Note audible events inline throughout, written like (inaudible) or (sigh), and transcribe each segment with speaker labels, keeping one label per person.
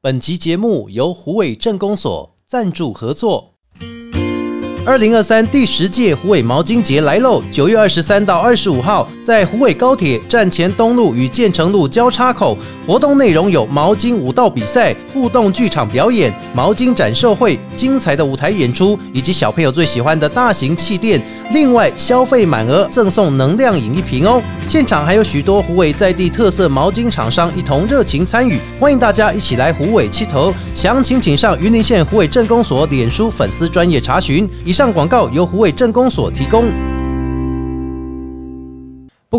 Speaker 1: 本集节目由虎尾镇公所赞助合作。二零二三第十届虎尾毛巾节来喽！九月二十三到二十五号，在虎尾高铁站前东路与建成路交叉口，活动内容有毛巾舞蹈比赛、互动剧场表演、毛巾展售会、精彩的舞台演出，以及小朋友最喜欢的大型气垫。另外，消费满额赠送能量饮一瓶哦！现场还有许多虎尾在地特色毛巾厂商一同热情参与，欢迎大家一起来虎尾七头。详情请上云林县虎尾镇公所脸书粉丝专业查询。以上广告由虎尾镇公所提供。不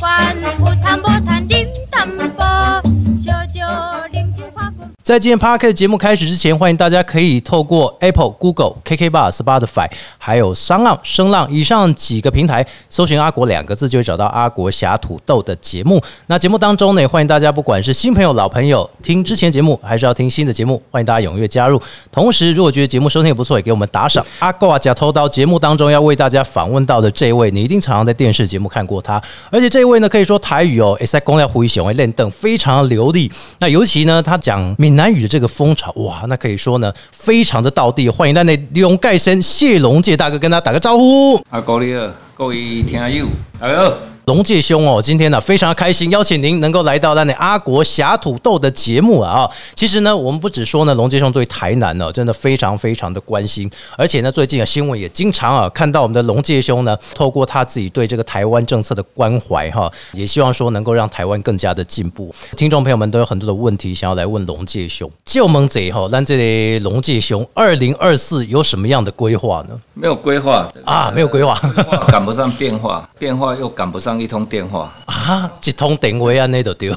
Speaker 2: quan u tham bò than điểm tâm bò cho cho điểm chữ khoa của
Speaker 1: 在今天 p a r k 节目开始之前，欢迎大家可以透过 Apple、Google、KK Bar、Spotify，还有商浪、声浪以上几个平台搜寻“阿国”两个字，就会找到阿国侠土豆的节目。那节目当中呢，也欢迎大家不管是新朋友、老朋友，听之前节目还是要听新的节目，欢迎大家踊跃加入。同时，如果觉得节目收听也不错，也给我们打赏。阿国啊，假偷刀节目当中要为大家访问到的这位，你一定常常在电视节目看过他，而且这位呢，可以说台语哦，也在公要灰熊哎练凳非常流利。那尤其呢，他讲闽南语的这个风潮，哇，那可以说呢，非常的道地。欢迎那内龙盖生谢龙介大哥跟他打个招呼。
Speaker 3: 啊，高丽二，各位听友，大家好，
Speaker 1: 龙介兄哦，今天呢、非常开心，邀请您能够来到那阿国侠土豆的节目啊、哦其实呢，我们不只说呢，龙介兄对台南呢、真的非常非常的关心，而且呢，最近啊新闻也经常啊看到我们的龙介兄呢，透过他自己对这个台湾政策的关怀哈、也希望说能够让台湾更加的进步。听众朋友们都有很多的问题想要来问龙介兄，就蒙贼哈，咱这里龙介兄二零二四有什么样的规划呢？
Speaker 3: 没有规划
Speaker 1: 啊，没有规划
Speaker 3: 划赶不上变化， (laughs) 变化又赶不上一通电话，
Speaker 1: 啊，一通电话啊，那都丢。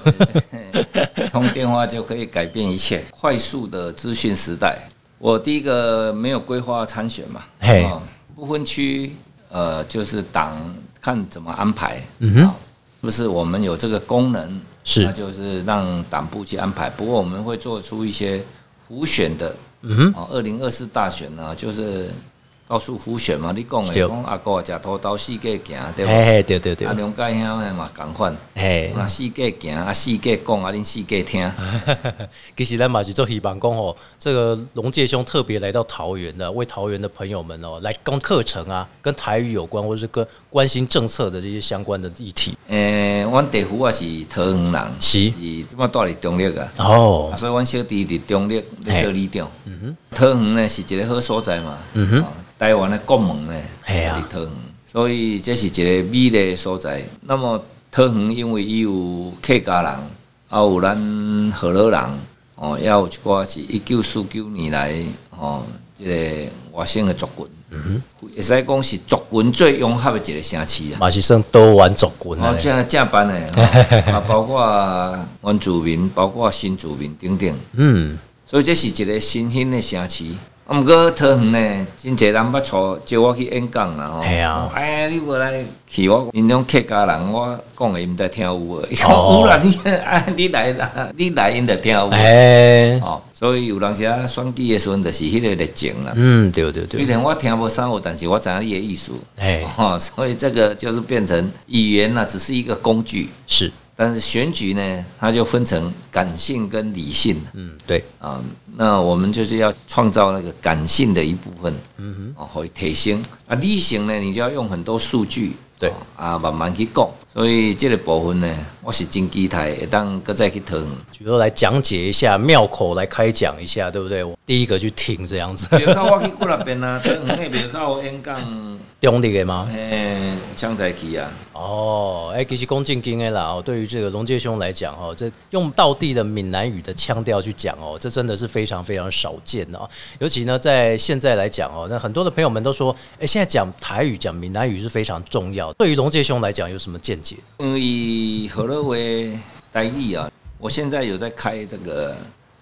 Speaker 3: 一通电话就可以改变一切。快速的资讯时代，我第一个没有规划参选嘛，
Speaker 1: 嘿
Speaker 3: 啊不分区，呃，就是党看怎么安排，嗯哼，是不是我们有这个功能，
Speaker 1: 是
Speaker 3: 那就是让党部去安排。不过我们会做出一些浮选的，
Speaker 1: 嗯哼。
Speaker 3: 哦，二零二四大选呢、就是告诉胡选嘛，你讲的
Speaker 1: 对
Speaker 3: 讲阿哥啊，食土豆四界行，对
Speaker 1: 嘿
Speaker 3: 吧？
Speaker 1: 嘿，对对对
Speaker 3: 啊，，梁家兄的嘛共款，
Speaker 1: 嘿，
Speaker 3: 啊，四界行，啊，四界讲，啊，恁四界听，
Speaker 1: (laughs) 其实咱嘛是做希望讲哦，这个龙介兄特别来到桃园的，为桃园的朋友们哦，来讲课程啊，跟台语有关，或是跟关心政策的这些相关的议题。
Speaker 3: 诶、阮地府啊是桃园人，
Speaker 1: 是
Speaker 3: 是我住伫中立啊，
Speaker 1: 哦
Speaker 3: 啊，，所以阮小弟伫中立咧
Speaker 1: 嘿
Speaker 3: 做里长，嗯哼，桃园呢是一个好所在嘛，嗯
Speaker 1: 哼
Speaker 3: 台湾的国门呢，
Speaker 1: 嘿啊
Speaker 3: 伫桃园，所以这是一个美丽的所在。那么桃园因为伊有客家人，也有咱河洛人，哦，也有一寡是一九四九年来哦，即、个外省的族群，嗯哼，会使讲是族群最融合的一个城市啊。
Speaker 1: 嘛是算多玩族群
Speaker 3: 哦
Speaker 1: 啊，，
Speaker 3: 正正班的， (laughs) 哦啊，包括原住民，包括新住民等等，
Speaker 1: 嗯，
Speaker 3: 所以这是一个新兴的城市。啊，毋过桃园呢，真侪人捌错招我去演讲啦吼。
Speaker 1: 嘿啊
Speaker 3: 哎，你无来去我，因种客家人，我讲的伊毋知听
Speaker 1: (laughs)
Speaker 3: 有无？伊讲
Speaker 1: 哦
Speaker 3: 有啦，你 (laughs) 啊，你来啦，你来因就听有无？
Speaker 1: 哎，
Speaker 3: 哦，所以有当时啊选举的时阵，就是迄个热情啦。
Speaker 1: 嗯，对对
Speaker 3: 虽
Speaker 1: 对，
Speaker 3: 然我听无啥有，但是我知影你的意思。
Speaker 1: 哎，
Speaker 3: 哦， (laughs) 所以这个就是变成语言呢、只是一个工具，
Speaker 1: 是，
Speaker 3: 但是选举呢，它就分成感性跟理性
Speaker 1: 嗯，对，
Speaker 3: 啊。那我们就是要创造那个感性的一部分，嗯哼，哦，提升啊，理性呢，你就要用很多数据，
Speaker 1: 对
Speaker 3: 哦啊，慢慢去讲。所以这个部分呢，我是真期待会当搁再去 (laughs) 讨论。
Speaker 1: 比如说来讲解一下庙口来开讲一下，对不对？我第一个去听这样子，
Speaker 3: 庙口我去过那边啊，对，黄的庙口演讲，
Speaker 1: 中立的吗？
Speaker 3: 嘿，强在去啊，
Speaker 1: 哦，哎、其实恭敬敬哎啦哦，对于这个龙介兄来讲哦，这用道地的闽南语的腔调去讲哦，这真的是非常非常少见哦。尤其呢，在现在来讲哦，那很多的朋友们都说，哎、现在讲台语、讲闽南语是非常重要。对于龙介兄来讲，有什么见解？
Speaker 3: 因为何乐为台语啊，我现在有在开这个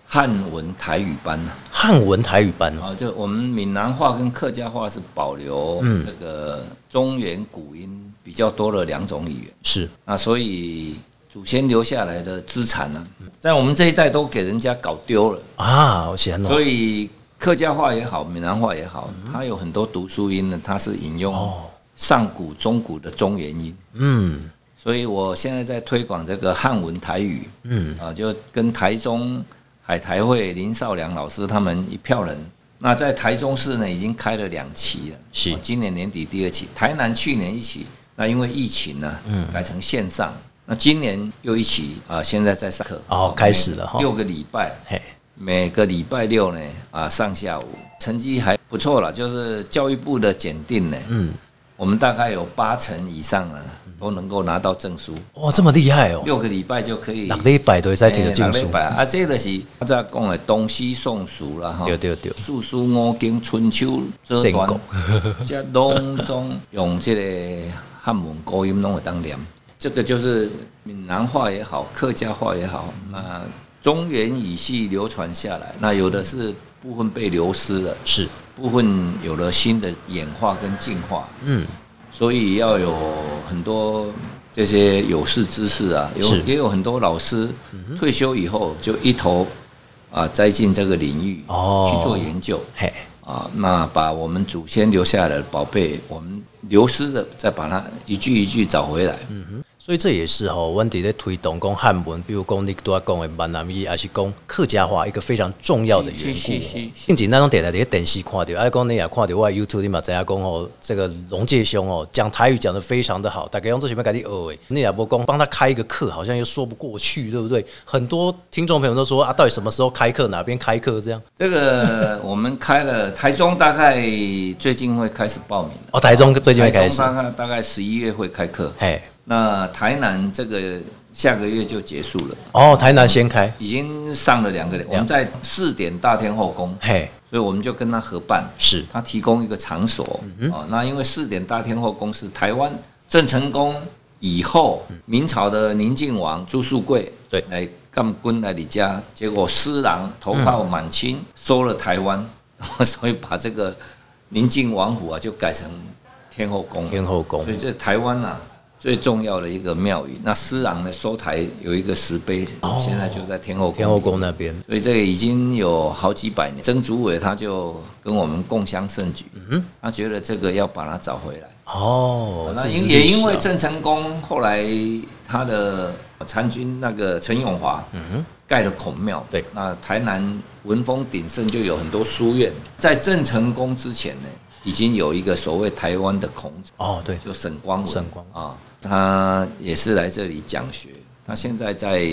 Speaker 3: 汉文台语班啊呢、
Speaker 1: 汉文台语班哦，
Speaker 3: 啊，就我们闽南话跟客家话是保留
Speaker 1: 嗯
Speaker 3: 这个中原古音比较多的两种语言
Speaker 1: 是
Speaker 3: 啊，所以祖先留下来的资产呢、
Speaker 1: 嗯
Speaker 3: 在我们这一代都给人家搞丢了，
Speaker 1: 啊，我写
Speaker 3: 所
Speaker 1: 哦，
Speaker 3: 以客家话也好，闽南话也好，它有很多读书音呢，它是引用
Speaker 1: 嗯哦
Speaker 3: 上古、中古的中原音。
Speaker 1: 嗯
Speaker 3: 所以我现在在推广这个汉文台语，
Speaker 1: 嗯
Speaker 3: 啊，就跟台中海台会林少良老师他们一票人。那在台中市呢，已经开了两期了，
Speaker 1: 是
Speaker 3: 哦今年年底第二期，台南去年一期，那因为疫情呢，
Speaker 1: 嗯
Speaker 3: 改成线上，那今年又一期啊，现在在上课，
Speaker 1: 哦开始了哈
Speaker 3: 每六个礼拜，
Speaker 1: 嘿
Speaker 3: 每个礼拜六呢，啊，上下午成绩还不错了，就是教育部的检定呢，
Speaker 1: 嗯，
Speaker 3: 我们大概有八成以上呢都能够拿到证书，
Speaker 1: 哇，这么厉害哦！
Speaker 3: 六个礼拜就可以
Speaker 1: 六礼拜都
Speaker 3: 哎
Speaker 1: 会使摕到证
Speaker 3: 嘿六
Speaker 1: 书
Speaker 3: 礼，拜啊，这就是我早讲的东西宋书啦，哈
Speaker 1: 对对对，
Speaker 3: 四书五经、春秋、折
Speaker 1: 正
Speaker 3: 断
Speaker 1: 国，
Speaker 3: (laughs) 这拢总用这个汉文高音拢会当念。这个就是闽南话也好，客家话也好，那中原语系流传下来，那有的是部分被流失了，
Speaker 1: 是，
Speaker 3: 部分有了新的演化跟进化。
Speaker 1: 嗯
Speaker 3: 所以要有很多这些有识之士啊，有
Speaker 1: 是嗯
Speaker 3: 也有很多老师退休以后就一头啊栽进这个领域
Speaker 1: 哦
Speaker 3: 去做研究
Speaker 1: 嘿，
Speaker 3: 啊，那把我们祖先留下来的宝贝，我们流失的再把它一句一句找回来。
Speaker 1: 嗯所以这也是哦吼、阮伫咧推动讲汉文，比如讲你拄啊讲的闽南语，还是讲客家话一个非常重要的缘
Speaker 3: 是
Speaker 1: 故、
Speaker 3: 是是
Speaker 1: 哦
Speaker 3: 是。
Speaker 1: 甚至咱拢电台伫咧电视看到，啊，讲你也看到我的 YouTube 你嘛知影讲吼，这个龙介兄哦，讲台语讲得非常的好，大家用这前面家己学诶，你也不讲帮他开一个课，好像又说不过去，对不对？很多听众朋友都说啊，到底什么时候开课，哪边开课这样？(laughs)
Speaker 3: 这个我们开了台中，大概最近会开始报名了。
Speaker 1: 哦，台中最近会开
Speaker 3: 台
Speaker 1: 始
Speaker 3: 中，大概大概十一月会开课，
Speaker 1: 嘿，
Speaker 3: 那台南这个下个月就结束了。
Speaker 1: 哦，台南先开，
Speaker 3: 已经上了两个点，我们在四点大天后宫，
Speaker 1: 嘿，
Speaker 3: 所以我们就跟他合办，
Speaker 1: 是
Speaker 3: 他提供一个场所啊、哦。那因为四点大天后宫是台湾郑成功以后，明朝的宁靖王朱树桂
Speaker 1: 对
Speaker 3: 来干军来李家，结果施琅投靠满清，收了台湾， (laughs) 所以把这个宁靖王府啊就改成天后宫了。
Speaker 1: 天后宫
Speaker 3: 所，以这台湾啊最重要的一个庙宇。那施琅的收台有一个石碑，现在就在天后宫。
Speaker 1: 天后宫。那边，
Speaker 3: 所以这个已经有好几百年，曾祖伟他就跟我们共襄盛举，
Speaker 1: 嗯
Speaker 3: 他觉得这个要把它找回来。
Speaker 1: 哦，
Speaker 3: 那
Speaker 1: 这是
Speaker 3: 因
Speaker 1: 历
Speaker 3: 也
Speaker 1: 史啊
Speaker 3: 因为郑成功后来他的参军那个陈永华，盖了孔庙，
Speaker 1: 嗯对
Speaker 3: 那台南文风鼎盛就有很多书院。在郑成功之前呢，已经有一个所谓台湾的孔子。
Speaker 1: 哦，对，
Speaker 3: 就沈光文，
Speaker 1: 沈光
Speaker 3: 啊，他也是来这里讲学，他现在在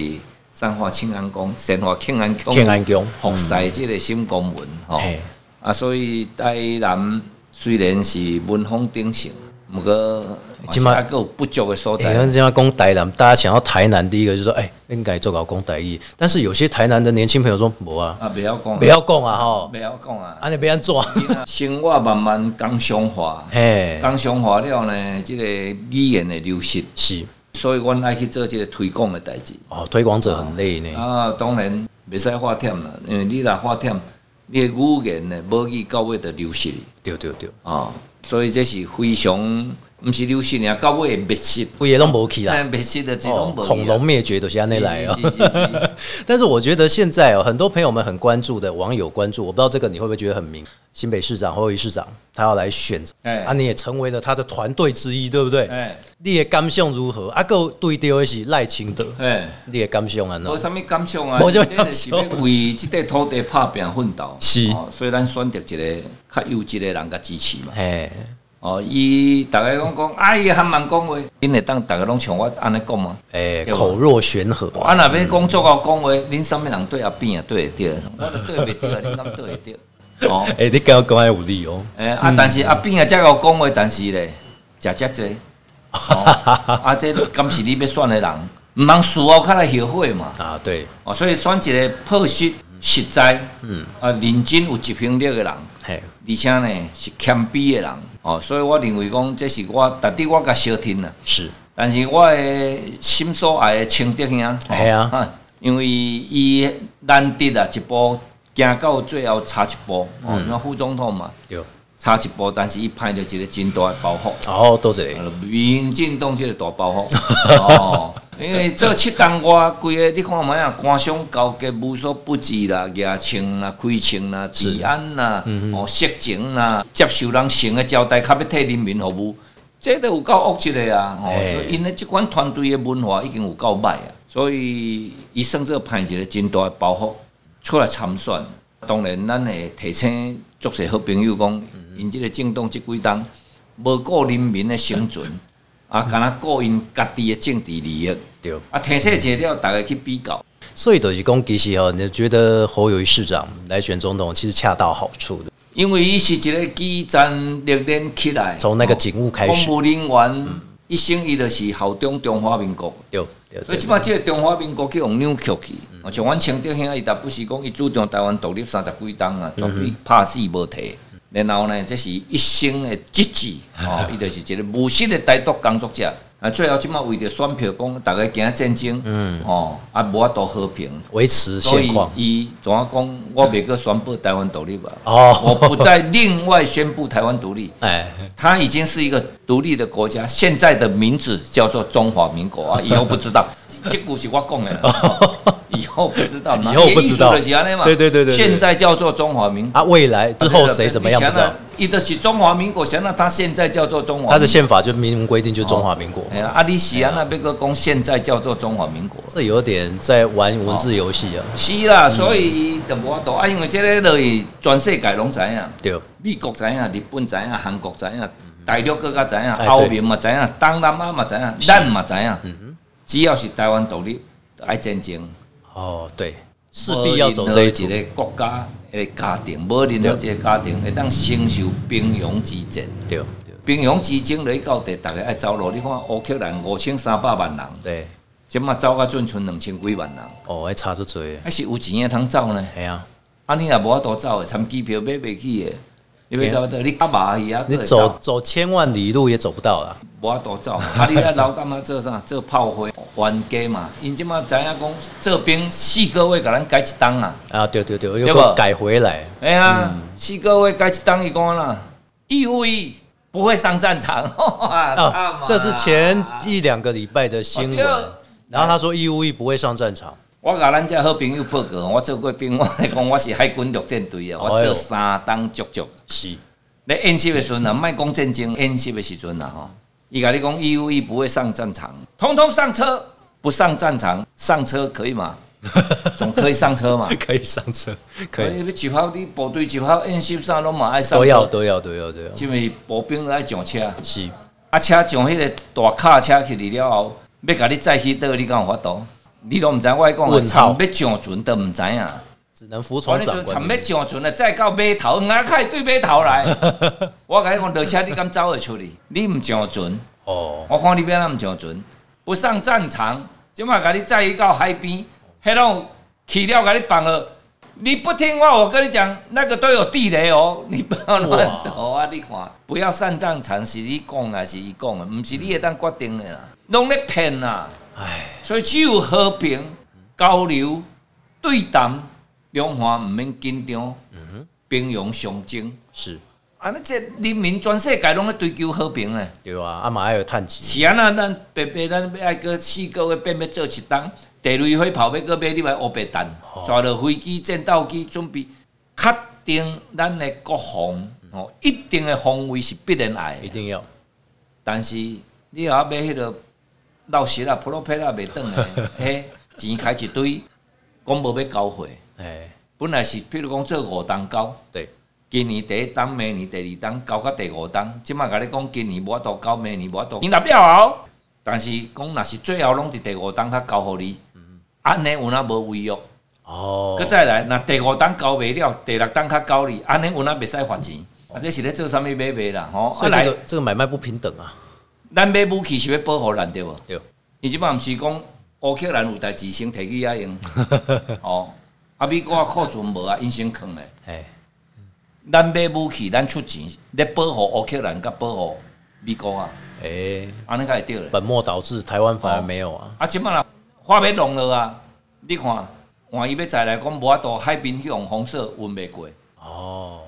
Speaker 3: 善化庆安宫、善化庆安宫、
Speaker 1: 庆安宫嗯
Speaker 3: 学习这个新公文吼
Speaker 1: 嘿，
Speaker 3: 啊，所以台南虽然是文风鼎盛，不过
Speaker 1: 现在
Speaker 3: 嘛是还佫有不足的所
Speaker 1: 哎、
Speaker 3: 在。
Speaker 1: 那这样讲台南，大家想要台南，第一个就是说，哎、应该做搞讲台语。但是有些台南的年轻朋友说，无啊，
Speaker 3: 啊，不要讲，
Speaker 1: 不，要讲啊，吼，
Speaker 3: 不要讲啊！
Speaker 1: 安尼不要做啊，
Speaker 3: 生活慢慢工商化，
Speaker 1: (laughs) (laughs) 嘿，
Speaker 3: 工商化了呢，这个语言的流失，
Speaker 1: 是
Speaker 3: 所以阮爱去做这个推广的代志。
Speaker 1: 哦，推广者很累呢，
Speaker 3: 啊，当然袂使花忝啦，因为你若花忝，你的语言呢，母语到尾就流失了
Speaker 1: 对对对，
Speaker 3: 啊、所以这是非常，毋是流失尔，到尾会灭失，
Speaker 1: 不也拢无去啦，
Speaker 3: 但灭失的这
Speaker 1: 哦
Speaker 3: 种，啊
Speaker 1: 恐龙灭绝都是安尼来哦。
Speaker 3: 是是是
Speaker 1: (laughs)
Speaker 3: 是
Speaker 1: 但是我觉得现在哦，很多朋友们很关注的网友关注，我不知道这个你会不会觉得很明，新北市长、侯友宜市长他要来选，
Speaker 3: 哎
Speaker 1: 啊，你也成为了他的团队之一，对不对？
Speaker 3: 哎
Speaker 1: 你的感想如何？啊，够对到的是赖清德，
Speaker 3: 哎，
Speaker 1: 你的感想安怎
Speaker 3: 无？啥物感想
Speaker 1: (laughs)
Speaker 3: 啊，
Speaker 1: 无什么
Speaker 3: 这个是要
Speaker 1: 感想
Speaker 3: 为即块土地拍拼奋斗，
Speaker 1: 是
Speaker 3: 哦，所以咱选择一个较优质的人甲支持嘛。
Speaker 1: 嘿，
Speaker 3: 哦，伊逐个拢讲，哎呀，含慢讲话，因会当逐个拢像我安尼讲吗？
Speaker 1: 哎、
Speaker 3: 对吧
Speaker 1: 口若悬河，
Speaker 3: 我啊若要讲作个讲话，恁啥物人对啊变啊对会对，我都对袂对啊，恁敢对会对？哦，
Speaker 1: 哎、你讲讲还有理哦，
Speaker 3: 诶、啊，但是啊变啊才够讲话，但是咧，食遮济，
Speaker 1: (laughs)
Speaker 3: 哦，啊这敢是你要选的人，毋通事后较来后悔嘛。
Speaker 1: 啊，对，
Speaker 3: 哦，所以选一个朴实实在，嗯，啊认真有执行力的人，
Speaker 1: 嘿，
Speaker 3: 而且呢是谦卑的人。哦，所以我认为讲这是我，特地我甲小天啦。
Speaker 1: 是，
Speaker 3: 但是我的心所爱的清德兄，哦
Speaker 1: 嘿啊，
Speaker 3: 因为伊难得啊一步行到最后差一步，哦，
Speaker 1: 嗯
Speaker 3: 那、副总统嘛
Speaker 1: 对，
Speaker 3: 差一步，但是伊拍着一个真大的包袱，
Speaker 1: 然后哦多谢你，
Speaker 3: 民进党这个大包袱，
Speaker 1: (laughs)
Speaker 3: 哦，因为这七当我规个你看卖啊，官商勾结无所不至啦，牙枪啦、开枪啦、
Speaker 1: 嗯
Speaker 3: 治安啦、哦色情啦，接受人性的招待，较要替人民服务，这都有够恶质的啊！吼、
Speaker 1: 嘿
Speaker 3: 所以因为即款团队的文化已经有够歹啊，所以伊算这派一个真大的包袱出来参选。当然，咱会提醒足些好朋友讲，
Speaker 1: 嗯
Speaker 3: 因即个政党即几冬无顾人民的生存，啊，
Speaker 1: 嗯
Speaker 3: 敢若顾因家己的政治利益。
Speaker 1: 对。
Speaker 3: 啊，提醒者了，大家去比较。
Speaker 1: 所以就是讲，其实哦，你觉得侯友谊市长来选总统，其实恰到好处的。
Speaker 3: 因为伊是一个基层历练起来，
Speaker 1: 从那个警务开始
Speaker 3: 哦
Speaker 1: 嗯
Speaker 3: 公务人员一生伊就是效忠中华民国，
Speaker 1: 对对
Speaker 3: 所以即
Speaker 1: 对，
Speaker 3: 摆即个中华民国去用扭曲去。
Speaker 1: 嗯
Speaker 3: 哦像阮清德兄伊达不是讲伊主张台湾独立三十几冬
Speaker 1: 嗯
Speaker 3: 啊，绝对拍死无提。然后呢，这是一生的职志，
Speaker 1: (laughs)
Speaker 3: 哦，伊就是一个无私的台独工作者。啊，最后即摆为着选票，讲大家惊战争，嗯，哦，啊，无法度和平。
Speaker 1: 维持
Speaker 3: 所
Speaker 1: 现
Speaker 3: 以
Speaker 1: 况，
Speaker 3: 伊怎啊讲，我袂个宣布台湾
Speaker 1: (laughs)
Speaker 3: 独立吧？
Speaker 1: 哦
Speaker 3: 我不再另外宣布台湾独立。
Speaker 1: 哎，
Speaker 3: 它已经是一个独立的国家，现在的名字叫做中华民国啊，以后不知
Speaker 1: (laughs)
Speaker 3: 道，这这股是我讲的啦， (laughs) 以后不知道嘛，
Speaker 1: (laughs) 以后不知道
Speaker 3: 也意思就是安尼嘛，
Speaker 1: 对对对对对
Speaker 3: 现在叫做中华民国，
Speaker 1: 啊，未来之后谁怎么样不知
Speaker 3: 你想
Speaker 1: 道
Speaker 3: 想，，伊的是中华民国，想让他现在叫做中华民国，
Speaker 1: 他的宪法就明文规定就是中华民国，
Speaker 3: 哎呀，啊，你是安那别个讲现在叫做中华民国。
Speaker 1: 这有点在玩文字游戏啊，
Speaker 3: 是啦，所以伊就无法度啊，因为即个就是全世界拢知影，
Speaker 1: 对
Speaker 3: 美国知影，日本知影，韩国知影，大陆更加知影，
Speaker 1: 嗯哎嗯
Speaker 3: 欧面嘛知影，东南亚嘛知影，咱嘛知影，只要是台湾独立爱战争，
Speaker 1: 哦对，势必要走
Speaker 3: 无任何
Speaker 1: 这一
Speaker 3: 一
Speaker 1: 途，
Speaker 3: 个国家的家庭，无任何一个家庭会当承受兵戎之战。
Speaker 1: 对
Speaker 3: 兵戎之争来到底，大家爱走路。你看乌克兰五千三百万人，
Speaker 1: 对，
Speaker 3: 即嘛走到阵剩两千几万人，
Speaker 1: 哦，还差这嘴，
Speaker 3: 还是有钱的通走呢？
Speaker 1: 哎呀，
Speaker 3: 啊，你也无法度走的，参机票买袂起的，你要走倒，你较麻去啊，
Speaker 1: 你
Speaker 3: 还会
Speaker 1: 走走千万里路也走不到啦，
Speaker 3: 无法度走， (laughs) 啊，你啊老干嘛做啥？做炮灰冤家嘛，因即马知影讲做兵四个月甲咱改一档啊，
Speaker 1: 啊，对对对，又
Speaker 3: 对
Speaker 1: 给我
Speaker 3: 吧
Speaker 1: 改回来，
Speaker 3: 哎呀、
Speaker 1: 嗯
Speaker 3: 四个月改一档伊讲啦，义务役不会上战场， (laughs) 哇惨
Speaker 1: 啊
Speaker 3: 啊，
Speaker 1: 这是前一两个礼拜的新闻
Speaker 3: 哦对。
Speaker 1: 然后他说义务役不会上战场，
Speaker 3: 我甲咱遮好朋友报告，我做过兵， (laughs) 我来讲我是海军陆战队啊，我
Speaker 1: 哎呦
Speaker 3: 做三档足足。
Speaker 1: (laughs) 是。
Speaker 3: 咧演习的时阵啊，莫讲战争，演习的时阵啊，吼，伊甲你讲义务役不会上战场，通通上车，不上战场，上车可以吗？总可以上车嘛
Speaker 1: (laughs) 可以上车，可以
Speaker 3: 你要一炮，你部队一炮演习啥拢嘛爱上
Speaker 1: 都要
Speaker 3: 车，
Speaker 1: 都要都要都要，
Speaker 3: 因为步兵爱上车，
Speaker 1: 是
Speaker 3: 啊车上迄个大卡车去你了后，要甲你载去倒，你敢有法度？你都毋知我在讲的，
Speaker 1: 问号
Speaker 3: 参要上船都毋知影。
Speaker 1: 只能服从
Speaker 3: 我迄
Speaker 1: 长
Speaker 3: 阵
Speaker 1: 官
Speaker 3: 参
Speaker 1: 的。
Speaker 3: 要上船了，再到码头，硬开对码
Speaker 1: (laughs)
Speaker 3: 头来。我甲你讲，落车你敢走会出去？你毋上船，
Speaker 1: 哦，
Speaker 3: 我看你要哪毋上船？不上战场，即马甲你载伊到海边，迄种去了甲你放了。你不听话，我跟你讲，那个都有地雷哦， (laughs) 你不要乱走啊！你看，不要上战场，是你讲还是伊讲的？毋是你会当决定的啦，拢咧骗啦。
Speaker 1: 哎，
Speaker 3: 所以只有和平交流对谈，两岸毋免紧张，兵戎相争。
Speaker 1: 是
Speaker 3: 啊，那这人民全世界拢咧追求和平诶。
Speaker 1: 对啊，阿马还有探气，
Speaker 3: 是啊，那咱白白咱要爱个四个月变要做一档，地雷火炮要搁买入来乌白弹，
Speaker 1: 哦
Speaker 3: 抓落飞机、战斗机准备确定咱的国防哦，一定的防卫是必然爱
Speaker 1: 一
Speaker 3: 的。
Speaker 1: 定要
Speaker 3: 但是你也要买迄个老实啊，普罗佩拉袂转的，
Speaker 1: (laughs)
Speaker 3: 嘿，钱开一堆，讲无要交费。
Speaker 1: 哎，
Speaker 3: 本来是，譬如讲做五档交，
Speaker 1: 对，
Speaker 3: 今年第一档，明年第二档，交到第五档，即马甲你讲今年无法度交，明年无法度，你拿了后，但是讲若是最后拢伫第五档才交互你，
Speaker 1: 嗯
Speaker 3: 安尼有哪无违约？
Speaker 1: 哦
Speaker 3: 佮，再来，若第五档交袂了，第六档较交你，安尼有哪袂使罚钱？啊，这是咧做啥物买卖啦？吼、
Speaker 1: 哦所
Speaker 3: 啊
Speaker 1: 以这
Speaker 3: 来，
Speaker 1: 个这个买卖不平等啊，
Speaker 3: 咱买武器是要保护咱对无？
Speaker 1: 对，
Speaker 3: 伊即摆毋是讲乌克兰有代志先摕去
Speaker 1: (laughs)
Speaker 3: 遐用，哦，啊美国库存无啊，因先囥咧。
Speaker 1: 哎，
Speaker 3: 咱买武器，咱出钱咧保护乌克兰，甲保护美国啊，
Speaker 1: 哎，
Speaker 3: 安尼才会对咧。
Speaker 1: 本末倒置，台湾反而没有啊，
Speaker 3: 啊，即摆啦，花要弄落啊，你看，换伊要再来讲，无法度海边去用封锁，运袂过。
Speaker 1: 哦，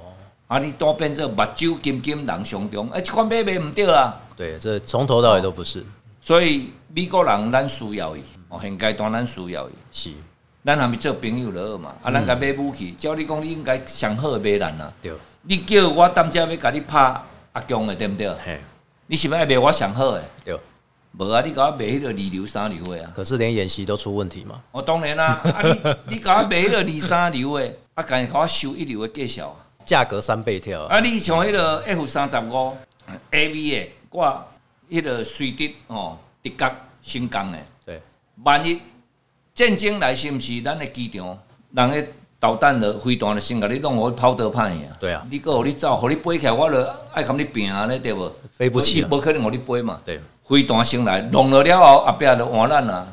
Speaker 3: 啊，你都变做目睭金金人上中，啊，即款买卖毋对啦。
Speaker 1: 对，这从头到
Speaker 3: 哦
Speaker 1: 尾都不是，
Speaker 3: 所以美国人咱需要伊，哦，现阶段咱需要伊。
Speaker 1: 是，
Speaker 3: 咱还咪做朋友了嘛？啊，咱甲买武器，照你讲，你应该上好的买咱啊。
Speaker 1: 对，
Speaker 3: 你叫我当家要甲你拍阿强的，对毋对？
Speaker 1: 嘿，
Speaker 3: 你是不是卖我上好诶？
Speaker 1: 对。
Speaker 3: 无啊，你甲我卖迄个二流三流诶啊！
Speaker 1: 可是连演习都出问题嘛？
Speaker 3: 我、当然啦、啊，你 (laughs) 你甲我卖迄个二三流诶，啊，赶紧甲我收一流诶介绍啊！
Speaker 1: 价格三倍跳啊！
Speaker 3: 啊，你像迄个 F 三十五 A V 诶，我迄个水滴吼，直角新港诶，
Speaker 1: 对，
Speaker 3: 万一战争来是毋是咱诶机场，人诶导弹了、飞弹了，先甲你弄互跑得歹去啊！
Speaker 1: 对啊
Speaker 3: 你搁互你走，互你飞起来，我著爱甲你拼啊咧，对无？
Speaker 1: 飞不起啊
Speaker 3: 无可能互你飞嘛。
Speaker 1: 对，
Speaker 3: 飞弹先来，弄了了后，后壁就换咱啊。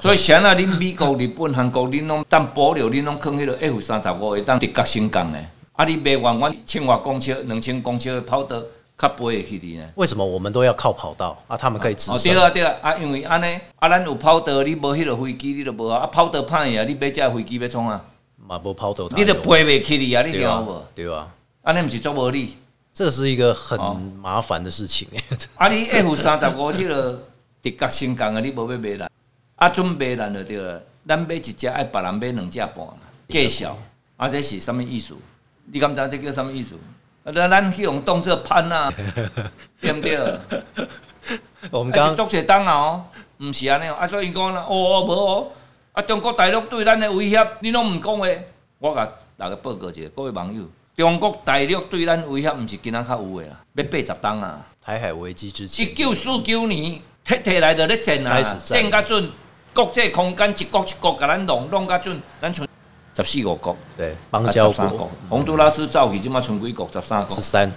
Speaker 3: 所以谁啊，恁美国、日本、韩国，恁拢当保留，恁拢放迄个 F 三十五会当直角升降的。啊，你卖完阮千外公尺、两千公尺的跑道，较飞会去啊你呢？
Speaker 1: 为什么我们都要靠跑道啊？他们可以直
Speaker 3: 哦，对
Speaker 1: 升，
Speaker 3: 啊，对啊，啊，因为安尼，啊，咱有跑道，你无迄个飞机，你就无啊。啊，跑道歹去啊，你买只飞机要创啊？
Speaker 1: 马波跑道，
Speaker 3: 你都飞袂去你啊，你
Speaker 1: 哎
Speaker 3: 听
Speaker 1: 对
Speaker 3: 有
Speaker 1: 啊
Speaker 3: 无？，
Speaker 1: 对啊，
Speaker 3: 安尼毋是足无理？
Speaker 1: 这是一个很
Speaker 3: 哦
Speaker 1: 麻烦的事情。 (laughs)
Speaker 3: 啊，你 F 三十五即个直角升降的，你无要买啦，啊，准备咱就对了。咱买一只，爱别人买两只半嘛，介绍。啊，这是什物意思？你敢知这叫什物意思？啊，咱咱去用当做
Speaker 1: (laughs)
Speaker 3: 攀啊，对毋对？啊，
Speaker 1: 我们刚
Speaker 3: 足侪当啊哦，毋是安尼哦。啊，所以讲啦，哦哦，无哦，啊，中国大陆对咱的威胁，你拢毋讲话。我甲大家报告一下，各位网友，中国大陆对咱威胁，毋是今仔较有诶啦，要八十当啊。
Speaker 1: 台海危机之
Speaker 3: 一
Speaker 1: 前，
Speaker 3: 九四九年，摕摕来就咧战啊，
Speaker 1: 开始战
Speaker 3: 战到准，国际空间一国一国甲咱弄弄到准，咱剩十四五国，
Speaker 1: 对
Speaker 3: 啊
Speaker 1: 邦交
Speaker 3: 十三
Speaker 1: 国
Speaker 3: 国，洪都拉斯走去，即马剩几国？十三国
Speaker 1: 十。三，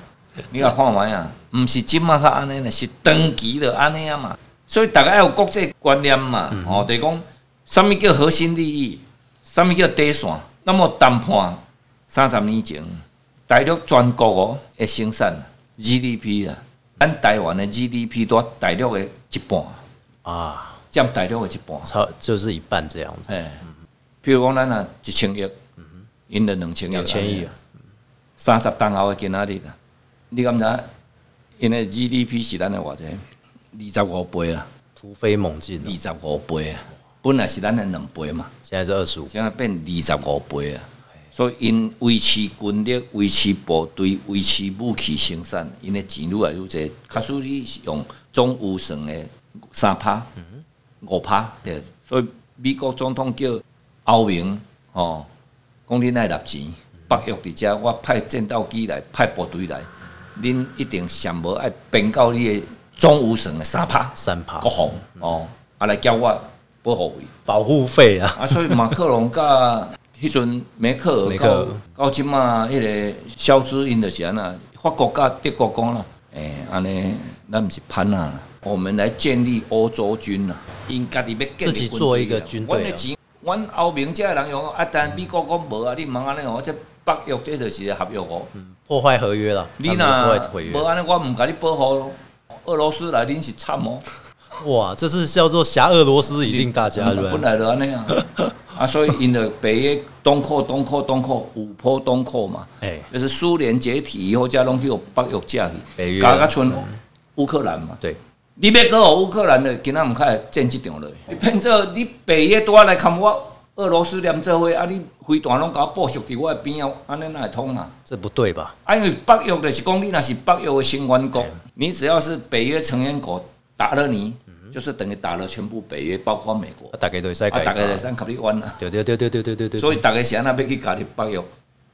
Speaker 3: 你甲看卖啊，毋是即马较安尼呢，是长期就安尼啊嘛。所以大家要有国际观念嘛，
Speaker 1: 嗯
Speaker 3: 吼、就是讲，什物叫核心利益，什物叫底线。那么谈判三十年前，大陆全国哦的生产啊 GDP 啊，咱台湾的 GDP 多大陆的一半，
Speaker 1: 啊，
Speaker 3: 占大陆的一半。
Speaker 1: 超就是一半这样子，
Speaker 3: 哎，譬如讲咱啊一千亿，因的两千亿，
Speaker 1: 嗯两千亿啊，
Speaker 3: 三十当后的今仔日啊，你敢知？因的 GDP 是咱的偌济？二十五倍啦，
Speaker 1: 突飞猛进
Speaker 3: 二
Speaker 1: 哦，
Speaker 3: 十五倍啊！本来是咱的两倍嘛，
Speaker 1: 现在是二十五，
Speaker 3: 现在变二十五倍啊！所以因维持军力、维持部队、维持武器生产，因的钱愈来愈济。假使你是用总有成的三趴、五趴，对。所以美国总统叫欧明哦，讲恁爱立钱，北约伫遮，我派战斗机来，派部队来，恁一定上无爱编到你的总有成的三趴、
Speaker 1: 三趴
Speaker 3: 国防哦，啊来交我保护费。
Speaker 1: 保护费啊，
Speaker 3: 啊，所以马
Speaker 1: (laughs)
Speaker 3: 克龙甲迄阵梅克
Speaker 1: 梅
Speaker 3: 尔
Speaker 1: 克尔
Speaker 3: 到到即嘛，迄个肖之因就是安那，法国甲德国讲啦，诶、安尼咱毋是攀啊，我们来建立欧洲军啦，因家己要建立
Speaker 1: 自己做一个军队啊
Speaker 3: 阮的钱，阮欧明遮人用啊，但美国讲无啊，你毋通安尼哦，这北约这就是一个合约哦，
Speaker 1: 破坏合约了，
Speaker 3: 你
Speaker 1: 嗯他们破
Speaker 3: 若
Speaker 1: 坏合
Speaker 3: 无
Speaker 1: 约，
Speaker 3: 安尼，我毋甲你保护咯，俄罗斯来恁是惨哦。
Speaker 1: 哇，这是叫做挟俄罗斯以令大家，对啊不对？
Speaker 3: 本来就安尼啊， (laughs) 啊，所以因着北约东扩、东扩、东扩，五坡东扩嘛，
Speaker 1: 哎
Speaker 3: 就是苏联解体以后，才拢去有北约架
Speaker 1: 北
Speaker 3: 去，
Speaker 1: 约
Speaker 3: 加甲剩乌克兰嘛。
Speaker 1: 对，
Speaker 3: 你要搁互乌克兰的，今仔毋较会战即场落去。你变做你北约拄仔来看我俄罗斯连做伙，啊，你飞弹拢甲我部署伫我的边啊，安尼哪会通嘛？
Speaker 1: 这不对吧？
Speaker 3: 啊，因为北约就是讲，你若是北约的成员国，你只要是北约成员国打了你，就是等于打了全部北约，包括美国
Speaker 1: 啊。大概都在
Speaker 3: 啊，
Speaker 1: 改，
Speaker 3: 大家就三合你弯啊，
Speaker 1: 对对对对对对对对，
Speaker 3: 所以大家是安那要去家己北约，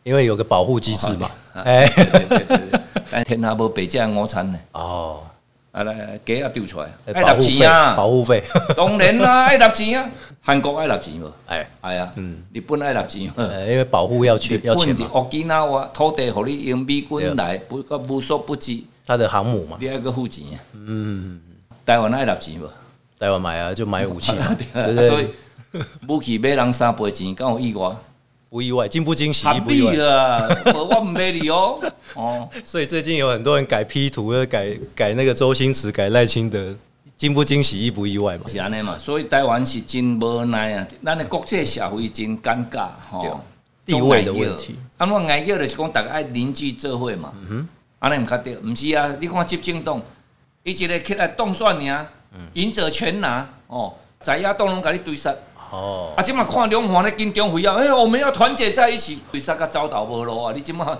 Speaker 1: 因为有个保护机制嘛，
Speaker 3: 啊
Speaker 1: 哎，
Speaker 3: 对对对对但哎天下无白食的午餐呢，
Speaker 1: 哦，
Speaker 3: 啊来鸡也丢出来，
Speaker 1: 哎
Speaker 3: 爱
Speaker 1: 保
Speaker 3: 立
Speaker 1: 护
Speaker 3: 钱
Speaker 1: 费，
Speaker 3: 啊
Speaker 1: 保，护费，
Speaker 3: 当然啦， (laughs) 爱立钱啊，韩国爱立钱无，
Speaker 1: 哎，
Speaker 3: 哎呀，日本爱立钱呵，
Speaker 1: 呃因为保护要
Speaker 3: 日
Speaker 1: 去要钱
Speaker 3: 本是
Speaker 1: 嘛，
Speaker 3: 乌吉那话土地，互你用美
Speaker 1: 对啊
Speaker 3: 军来，不个无所不至，
Speaker 1: 他的航母嘛，
Speaker 3: 你爱个付钱啊，嗯，台湾爱立钱无，
Speaker 1: 台湾买啊就买武器
Speaker 3: (laughs)
Speaker 1: 嘛，对不
Speaker 3: 啊所
Speaker 1: 对
Speaker 3: 以？武器买人三倍钱，敢有意外？
Speaker 1: 不意外，惊不惊喜，意
Speaker 3: 含
Speaker 1: 不意
Speaker 3: 币
Speaker 1: 外。
Speaker 3: 啦，无我毋买你哦，哦。
Speaker 1: 所以最近有很多人改 P 图，改改那个周星驰，改赖清德，惊不惊喜，意不意外嘛？
Speaker 3: 是安尼嘛，所以台湾是真无奈啊，咱的国际社会真尴尬
Speaker 1: 对
Speaker 3: 吼，
Speaker 1: 地位的问题嗯
Speaker 3: 都碍眼。啊，我挨叫就是讲，大家爱凝聚做伙嘛。安尼毋较对，毋是啊？你看执政党，伊一个起来当选尔，
Speaker 1: 嗯
Speaker 3: 赢者全拿哦，在野党拢甲你对杀。
Speaker 1: 哦，
Speaker 3: 啊，即马看两岸咧紧张非要，哎、我们要团结在一起，对杀甲走投无路啊！你即马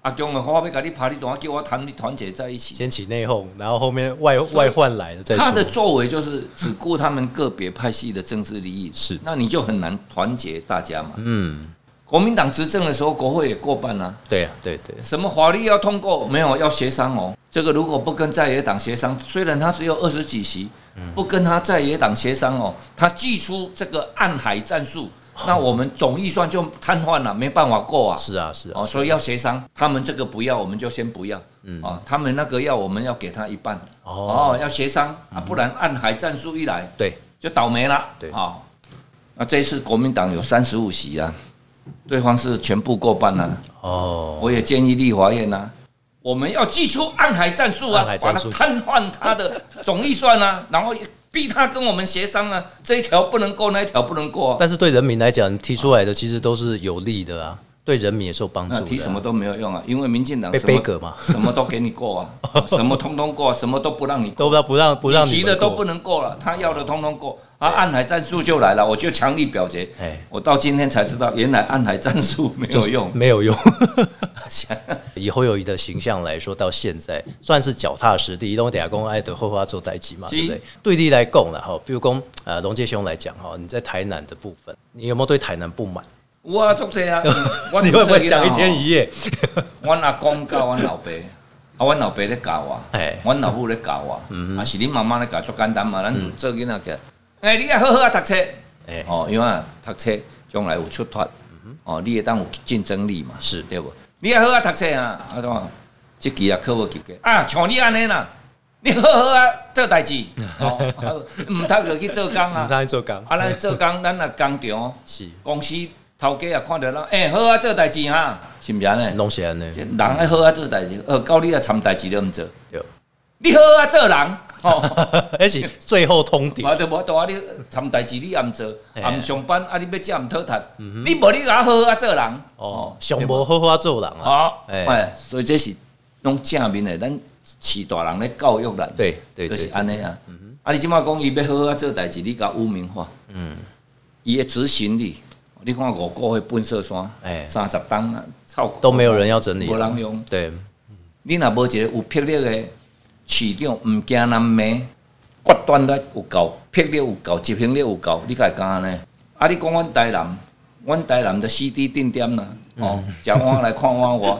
Speaker 3: 阿强的话要甲你拍，你怎啊叫我谈？你团结在一起。
Speaker 1: 先起内讧，然后后面外外患来了再说。
Speaker 3: 他的作为就是只顾他们个别派系的政治利益，
Speaker 1: 嗯是
Speaker 3: 那你就很难团结大家嘛。
Speaker 1: 嗯，
Speaker 3: 国民党执政的时候，国会也过半啊，
Speaker 1: 对啊，对对，
Speaker 3: 什么法律要通过没有？要协商哦。这个如果不跟在野党协商，虽然他只有二十几席，
Speaker 1: 嗯
Speaker 3: 不跟他在野党协商哦，他祭出这个暗海战术，那我们总预算就瘫痪了，没办法过啊。
Speaker 1: 是啊是啊
Speaker 3: 哦，，所以要协商，他们这个不要，我们就先不要。嗯啊、他们那个要，我们要给他一半。
Speaker 1: 哦
Speaker 3: 要协商啊，不然暗海战术一来
Speaker 1: 对，
Speaker 3: 就倒霉了。
Speaker 1: 对
Speaker 3: 好、那这一次国民党有三十五席啊，对方是全部过半了、
Speaker 1: 哦，
Speaker 3: 我也建议立法院呐、我们要祭出暗海战术啊
Speaker 1: 暗海，
Speaker 3: 把
Speaker 1: 战
Speaker 3: 它
Speaker 1: 术
Speaker 3: 瘫痪他的总预算啊，然后逼他跟我们协商啊，这一条不能过，那一条不能过、啊，
Speaker 1: 但是对人民来讲，提出来的其实都是有利的啊，对人民也是有帮助
Speaker 3: 那
Speaker 1: 的啊。
Speaker 3: 提什么都没有用啊，因为民进党
Speaker 1: 被
Speaker 3: 什么
Speaker 1: 背梗嘛
Speaker 3: (laughs) 什么都给你过
Speaker 1: (laughs)
Speaker 3: 啊，什么通通过，什么都不让你过。
Speaker 1: 都不让不让不让
Speaker 3: 提
Speaker 1: 你
Speaker 3: 的
Speaker 1: 们
Speaker 3: 都
Speaker 1: 过
Speaker 3: 不能过了，他要的通通过，啊，暗海战术就来了，我就强力表决
Speaker 1: 哎。
Speaker 3: 我到今天才知道，原来暗海战术没有用。
Speaker 1: 没有
Speaker 3: (laughs)
Speaker 1: 用。以侯友谊的形象来说，到现在算是脚踏实地，拢等下公爱的后哎花做代级嘛，
Speaker 3: 是
Speaker 1: 对不对？对立来供了哈，比如讲呃，龙介兄来讲哈，你在台南的部分，你有没有对台南不满？
Speaker 3: 我做
Speaker 1: (laughs)
Speaker 3: 这啊，我
Speaker 1: 你会不会讲一天
Speaker 3: 一？
Speaker 1: 一夜？
Speaker 3: 阮阿公教阮老爸，啊，阮老爸咧教我
Speaker 1: 哎，嗯
Speaker 3: 阮老母咧教我，啊，是恁妈妈咧教，足简单嘛，咱做囡仔个。哎，你啊好好啊读册，
Speaker 1: (laughs) 哎，
Speaker 3: 哦，因为啊读册将来有出脱，哦，你会当有竞争力嘛，
Speaker 1: 是
Speaker 3: 对无？你啊好好啊读册啊，啊怎么？即期啊考无及格啊，像你安尼啦，你好好啊做代
Speaker 1: (laughs)
Speaker 3: 志，哦，啊毋读就去做工
Speaker 1: 你
Speaker 3: 啊，
Speaker 1: 刚才做刚
Speaker 3: 啊，咱做工，咱啊工厂
Speaker 1: 是
Speaker 3: 公司头家也看着咱，哎，好啊做代志哈，是毋是安尼？
Speaker 1: 龙写呢？
Speaker 3: 这人爱好啊做代志，呃，到你啊参代志都毋做，
Speaker 1: 对， (laughs)
Speaker 3: 你好啊做人，哦吼、
Speaker 1: 而且最后通牒
Speaker 3: 我就无多啊，你参代志你也毋做，
Speaker 1: 嘿嗯
Speaker 3: 也毋上班，啊你要食毋讨趁，你无你啊好啊做人，
Speaker 1: 哦，上无好好做人啊，
Speaker 3: 哦，
Speaker 1: 嘿
Speaker 3: 哎，所以这是拢正面的，咱饲大人咧教育咱，
Speaker 1: 对对
Speaker 3: 就是
Speaker 1: 对，嗯
Speaker 3: 安尼啊。啊，你即马讲伊要好好啊做代志，你甲污名化，嗯，伊的执行力，你看五个月粪扫
Speaker 1: 哎
Speaker 3: 山，三十档啊，臭
Speaker 1: 都没有人要整理，啊
Speaker 3: 无人用。
Speaker 1: 对，
Speaker 3: 你若无一个有魄力的市长，毋惊人骂，决断力有够，魄力有够，执行力有够，你该敢呢？啊！你讲阮台南，阮台南的 CD 定点啦，哦，食碗来看碗外，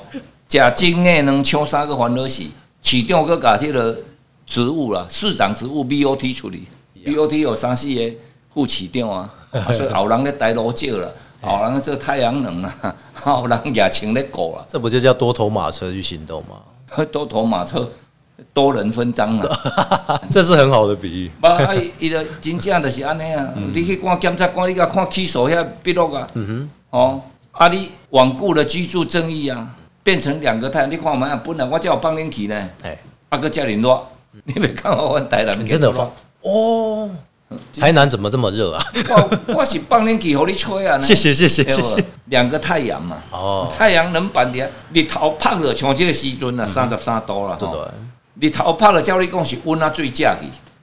Speaker 3: 食真的能抢三个烦恼死，市长搁甲迄个职务啦，市长职务 BOT 处理，BOT 有三四个副市长啊，啊所以后人咧台路少啦，后人咧做太阳能啊， (laughs) 后人也穿咧顾啦。啊
Speaker 1: 这不就叫多头马车去行动吗？ (laughs)
Speaker 3: 多头马车，多人分赃啦。
Speaker 1: 这是很好的比喻。
Speaker 3: 无 (laughs) 啊，伊伊就真正就是安尼啊。
Speaker 1: 嗯
Speaker 3: 你去看检察官，你甲看起诉遐笔录啊。哦，啊，你罔顾了居住正义啊，变成两个太阳。你看嘛，本来我才有帮恁去呢，
Speaker 1: 哎，
Speaker 3: 啊个遮尔热， (laughs) 你别看我阮台南
Speaker 1: 你真的有放哦？
Speaker 3: 嗯
Speaker 1: 台南怎么这么热啊？
Speaker 3: 我我是帮恁去，互你吹啊呢。
Speaker 1: (laughs) 谢谢谢谢
Speaker 3: 对
Speaker 1: 谢
Speaker 3: 不
Speaker 1: 谢。
Speaker 3: 两个太阳嘛，
Speaker 1: 哦，嗯
Speaker 3: 太阳能板的日头晒落，像即个时阵啊，三十三度啦。
Speaker 1: 对
Speaker 3: 吼
Speaker 1: 对，
Speaker 3: 日头拍了，照你讲是温啊水食去，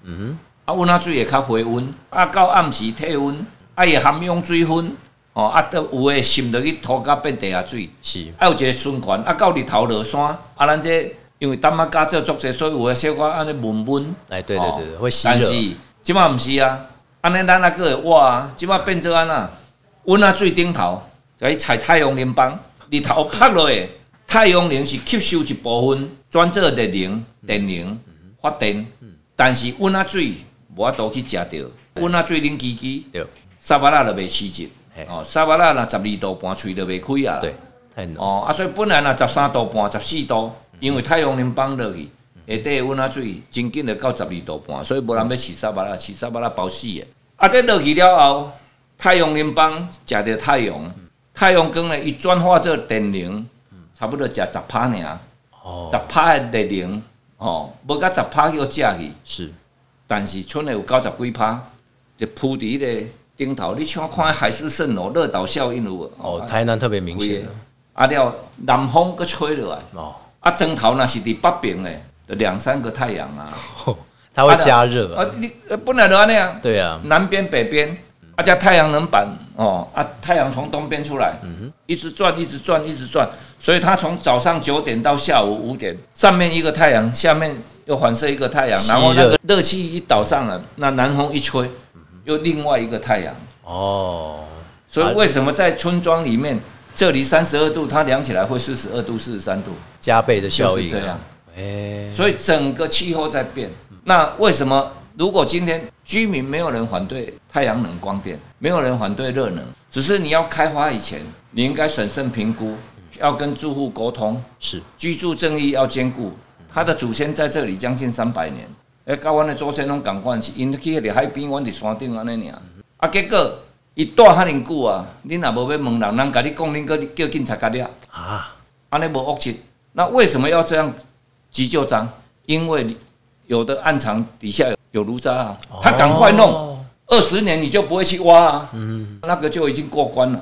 Speaker 1: 嗯
Speaker 3: 啊温啊水会较回温，啊到暗时退温，啊会含氧水分，哦啊都有诶渗落去土甲变地下水，
Speaker 1: 是
Speaker 3: 啊有一个循环，啊到日头落山，啊咱这因为淡仔加做作者，所以有诶小可安尼闷闷，
Speaker 1: 哎对对对对
Speaker 3: 哦
Speaker 1: 会吸热
Speaker 3: 但是即马毋是啊，安尼咱啊个会活啊，即马变做安那温啊水顶头，甲伊采太阳能板，日头晒落诶，太阳能是吸收一部分转做热能、
Speaker 1: 嗯
Speaker 3: 电能发电，但是温啊水无法度去食着，温啊水冷叽叽，
Speaker 1: 对
Speaker 3: 沙巴拉就袂起热
Speaker 1: 嘿，
Speaker 3: 哦，沙巴拉若十二度半，喙就袂开啊啦。
Speaker 1: 对，太浓
Speaker 3: 哦，啊，所以本来若十三度半、十四度，因为太阳能放落去，下底温啊水真紧就到十二度半，所以无人要饲沙巴拉，饲沙巴拉包死的。啊，这落去了后，太阳能放食着太阳，太阳光呢，伊转化做电能，差不多食十趴尔，
Speaker 1: 哦
Speaker 3: 十，趴的热能，哦，无甲十趴叫食去，
Speaker 1: 是
Speaker 3: 但是剩的有九十几趴，就铺伫咧顶头。你像看海市蜃楼、哦热岛效应有无？
Speaker 1: 哦，台南特别明
Speaker 3: 规
Speaker 1: 显
Speaker 3: 个啊了，南风佫吹落来，
Speaker 1: 哦， (laughs)
Speaker 3: 啊砖头若是伫北边的，就两三个太阳啊，
Speaker 1: 它会加热
Speaker 3: 啊
Speaker 1: 啊，
Speaker 3: 你呃本来就安尼啊，
Speaker 1: 对啊，
Speaker 3: 南边北边，啊
Speaker 1: 嗯
Speaker 3: 加太阳能板哦，啊太阳从东边出来，一直转一直转一直转，所以它从早上九点到下午五点，上面一个太阳，下面又反射一个太阳，
Speaker 1: 吸热
Speaker 3: 然后那个热气一倒上来，那南风一吹，又另外一个太阳。
Speaker 1: 哦，
Speaker 3: 所以为什么在村庄里面，这里三十二度，它量起来会四十二度、四十三度，
Speaker 1: 加倍的
Speaker 3: 就
Speaker 1: 效
Speaker 3: 是
Speaker 1: 应、
Speaker 3: 这样。。
Speaker 1: 哎、
Speaker 3: 所以整个气候在变。那为什么如果今天居民没有人反对太阳能光电，没有人反对热能，只是你要开发以前，你应该审慎评估，要跟住户沟通，
Speaker 1: 是
Speaker 3: 居住正义要兼顾。他的祖先在这里将近三百年，哎，甲阮的祖先拢共款，是因去迄个海边，阮伫山顶安尼尔。啊，结果伊住遐尼久啊，恁若无要问人，人甲你讲，恁个叫警察甲掠。
Speaker 1: 啊，
Speaker 3: 安尼无恶气，那为什么要这样急救章？因为有的暗藏底下有有炉渣啊，他赶快弄，
Speaker 1: 哦，
Speaker 3: 二十年你就不会去挖啊，嗯，那个就已经过关了，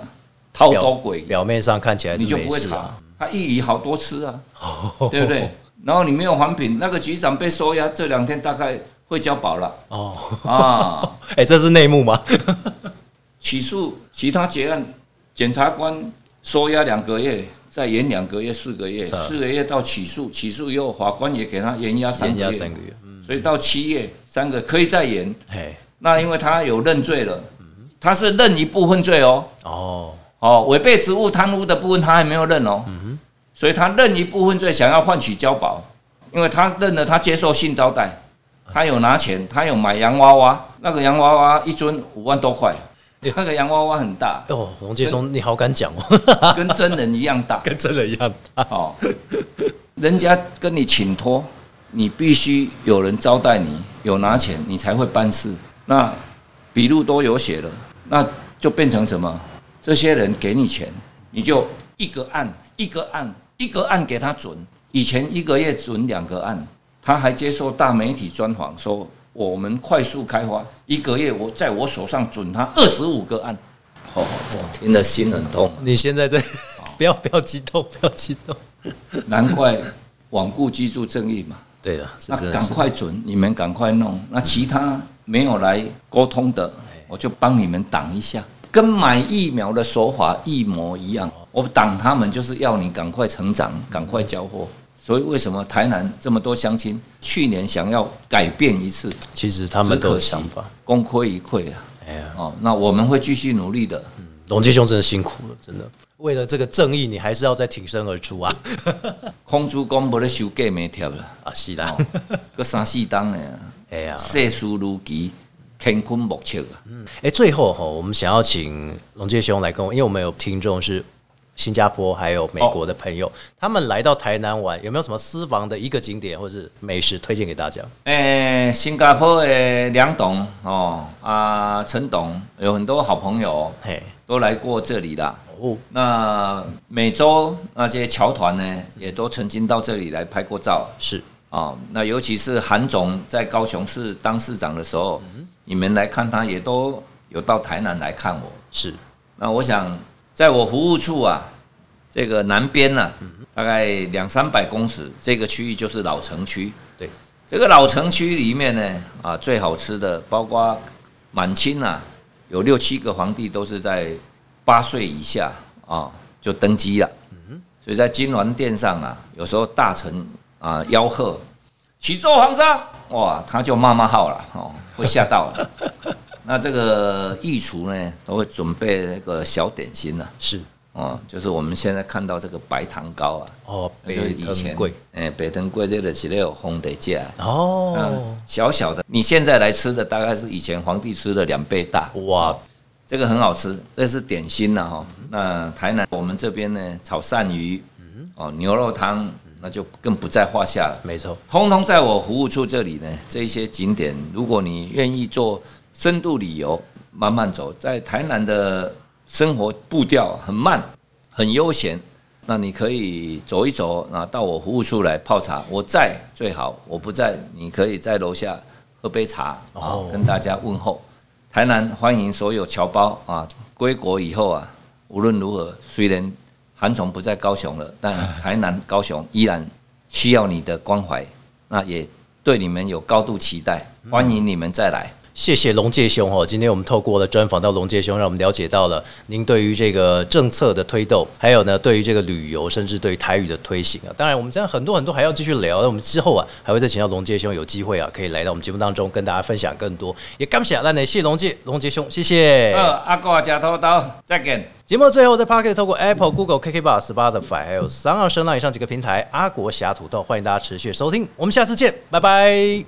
Speaker 3: 掏
Speaker 1: 表
Speaker 3: 刀鬼
Speaker 1: 表面上看起来是
Speaker 3: 你就不
Speaker 1: 没
Speaker 3: 会
Speaker 1: 事
Speaker 3: 查
Speaker 1: 啊，，
Speaker 3: 他一鱼好多吃啊，
Speaker 1: 哦
Speaker 3: 对不对？然后你没有还品，那个局长被收押，这两天大概会交保了
Speaker 1: (laughs) 哦， (laughs)
Speaker 3: 啊。
Speaker 1: 哎、这是内幕吗？
Speaker 3: 起诉其他结案，检察官收押两个月，再延两个月，四个月，
Speaker 1: 是啊
Speaker 3: 四个月到起诉，起诉以后法官也给他延押三
Speaker 1: 延
Speaker 3: 个
Speaker 1: 压
Speaker 3: 月，
Speaker 1: 三个月，嗯，
Speaker 3: 所以到七月三个可以再延。
Speaker 1: 嘿，
Speaker 3: 那因为他有认罪了，
Speaker 1: 嗯
Speaker 3: 他是认一部分罪哦，
Speaker 1: 哦，
Speaker 3: 哦，违背职务贪污的部分他还没有认哦，所以他认一部分罪，想要换取交保，因为他认了，他接受性招待，他有拿钱，他有买洋娃娃，那个洋娃娃一尊五万多块，那个洋娃娃很大，
Speaker 1: 哦，洪介松，你好敢讲哦，
Speaker 3: 跟真人一样
Speaker 1: (laughs)
Speaker 3: 大
Speaker 1: 跟真的一样大
Speaker 3: 哦。人家跟你请托，你必须有人招待你，有拿钱，你才会办事。那笔录都有写了，那就变成什么？这些人给你钱，你就一个案一个案一个案给他准。以前一个月准两个案，他还接受大媒体专访，说我们快速开发，一个月我在我手上准他二十五个案。哦，我听了心很痛。
Speaker 1: 你现在在， (laughs) 不要不要激动，不要激动。
Speaker 3: 难怪罔顾居住正义嘛。
Speaker 1: 对的，是嗯
Speaker 3: 那
Speaker 1: 真的
Speaker 3: 赶
Speaker 1: 是
Speaker 3: 快准，你们赶快弄。那其他没有来沟通的，
Speaker 1: 哎
Speaker 3: 我就帮你们挡一下，跟买疫苗的手法一模一样。
Speaker 1: 哦
Speaker 3: 我挡他们就是要你赶快成长，
Speaker 1: 嗯
Speaker 3: 赶快交货。所以为什么台南这么多乡亲去年想要改变一次，
Speaker 1: 其实他们都有想法。，
Speaker 3: 功亏一篑啊！
Speaker 1: 哎呀，
Speaker 3: 哦，那我们会继续努力的。
Speaker 1: 龙介兄真的辛苦了，真的。为了这个正义，你还是要再挺身而出啊！
Speaker 3: 空主公无咧收价没贴啦，
Speaker 1: 啊，是啦，
Speaker 3: 个三四档诶，
Speaker 1: 哎呀，
Speaker 3: 世事如棋，乾坤莫测啊！
Speaker 1: 哎，最后哈，我们想要请龙介兄来跟我，因为我们有听众是新加坡还有
Speaker 3: 哦
Speaker 1: 美国的朋友，他们来到台南玩，有没有什么私房的一个景点或是美食推荐给大家？
Speaker 3: 诶、新加坡的梁董哦啊，陈董有很多好朋友
Speaker 1: 嘿，
Speaker 3: 都来过这里啦。
Speaker 1: 哦，
Speaker 3: 那美洲那些侨团呢，也都曾经到这里来拍过照
Speaker 1: 是
Speaker 3: 啊、那尤其是韩总在高雄市当市长的时候，你们来看他也都有到台南来看我。
Speaker 1: 是，
Speaker 3: 那我想，在我服务处啊，这个南边呢、大概两三百公尺，这个区域就是老城区。
Speaker 1: 对，
Speaker 3: 这个老城区里面呢，啊，最好吃的包括满清啊，有六七个皇帝都是在八岁以下啊就登基了。所以在金銮殿上啊，有时候大臣啊吆喝启奏皇上，哇，他就骂骂号了哦，会吓到了。那这个御厨呢，都会准备那个小点心呐、
Speaker 1: 是
Speaker 3: 哦，就是我们现在看到这个白糖糕啊，
Speaker 1: 哦，
Speaker 3: 那就是
Speaker 1: 北
Speaker 3: 以前
Speaker 1: 藤贵
Speaker 3: 哎、北藤贵这个是有烘的价，
Speaker 1: 哦
Speaker 3: 嗯，，小小的，你现在来吃的大概是以前皇帝吃的两倍大，
Speaker 1: 哇，
Speaker 3: 这个很好吃，这是点心呐、哈、那台南我们这边呢，炒鳝鱼，
Speaker 1: 嗯
Speaker 3: 哦，牛肉汤，那就更不在话下了。
Speaker 1: 没错，
Speaker 3: 通通在我服务处这里呢，这一些景点，如果你愿意做深度旅游，慢慢走，在台南的生活步调很慢，很悠闲，那你可以走一走，然后到我服务处来泡茶，我在最好，我不在，你可以在楼下喝杯茶啊
Speaker 1: 哦，
Speaker 3: 跟大家问候。台南欢迎所有侨胞啊，归国以后啊，无论如何，虽然韩总不在高雄了，但台南、高雄依然嗯需要你的关怀，那也对你们有高度期待，欢迎你们再来。
Speaker 1: 谢谢龙介兄哦，今天我们透过了专访到龙介兄，让我们了解到了您对于这个政策的推动，还有呢对于这个旅游，甚至对于台语的推行啊。当然，我们这样很多很多还要继续聊，那我们之后啊还会再请到龙介兄有机会啊可以来到我们节目当中跟大家分享更多。也感谢那呢，谢谢龙介龙介兄，谢谢。
Speaker 3: 好，阿哥吃土豆，再见。
Speaker 1: 节目的最后，在 Pocket 透过 Apple、Google、KK Bar、Spotify 还有三二声浪以上几个平台，阿国侠土豆，欢迎大家持续收听。我们下次见，拜拜。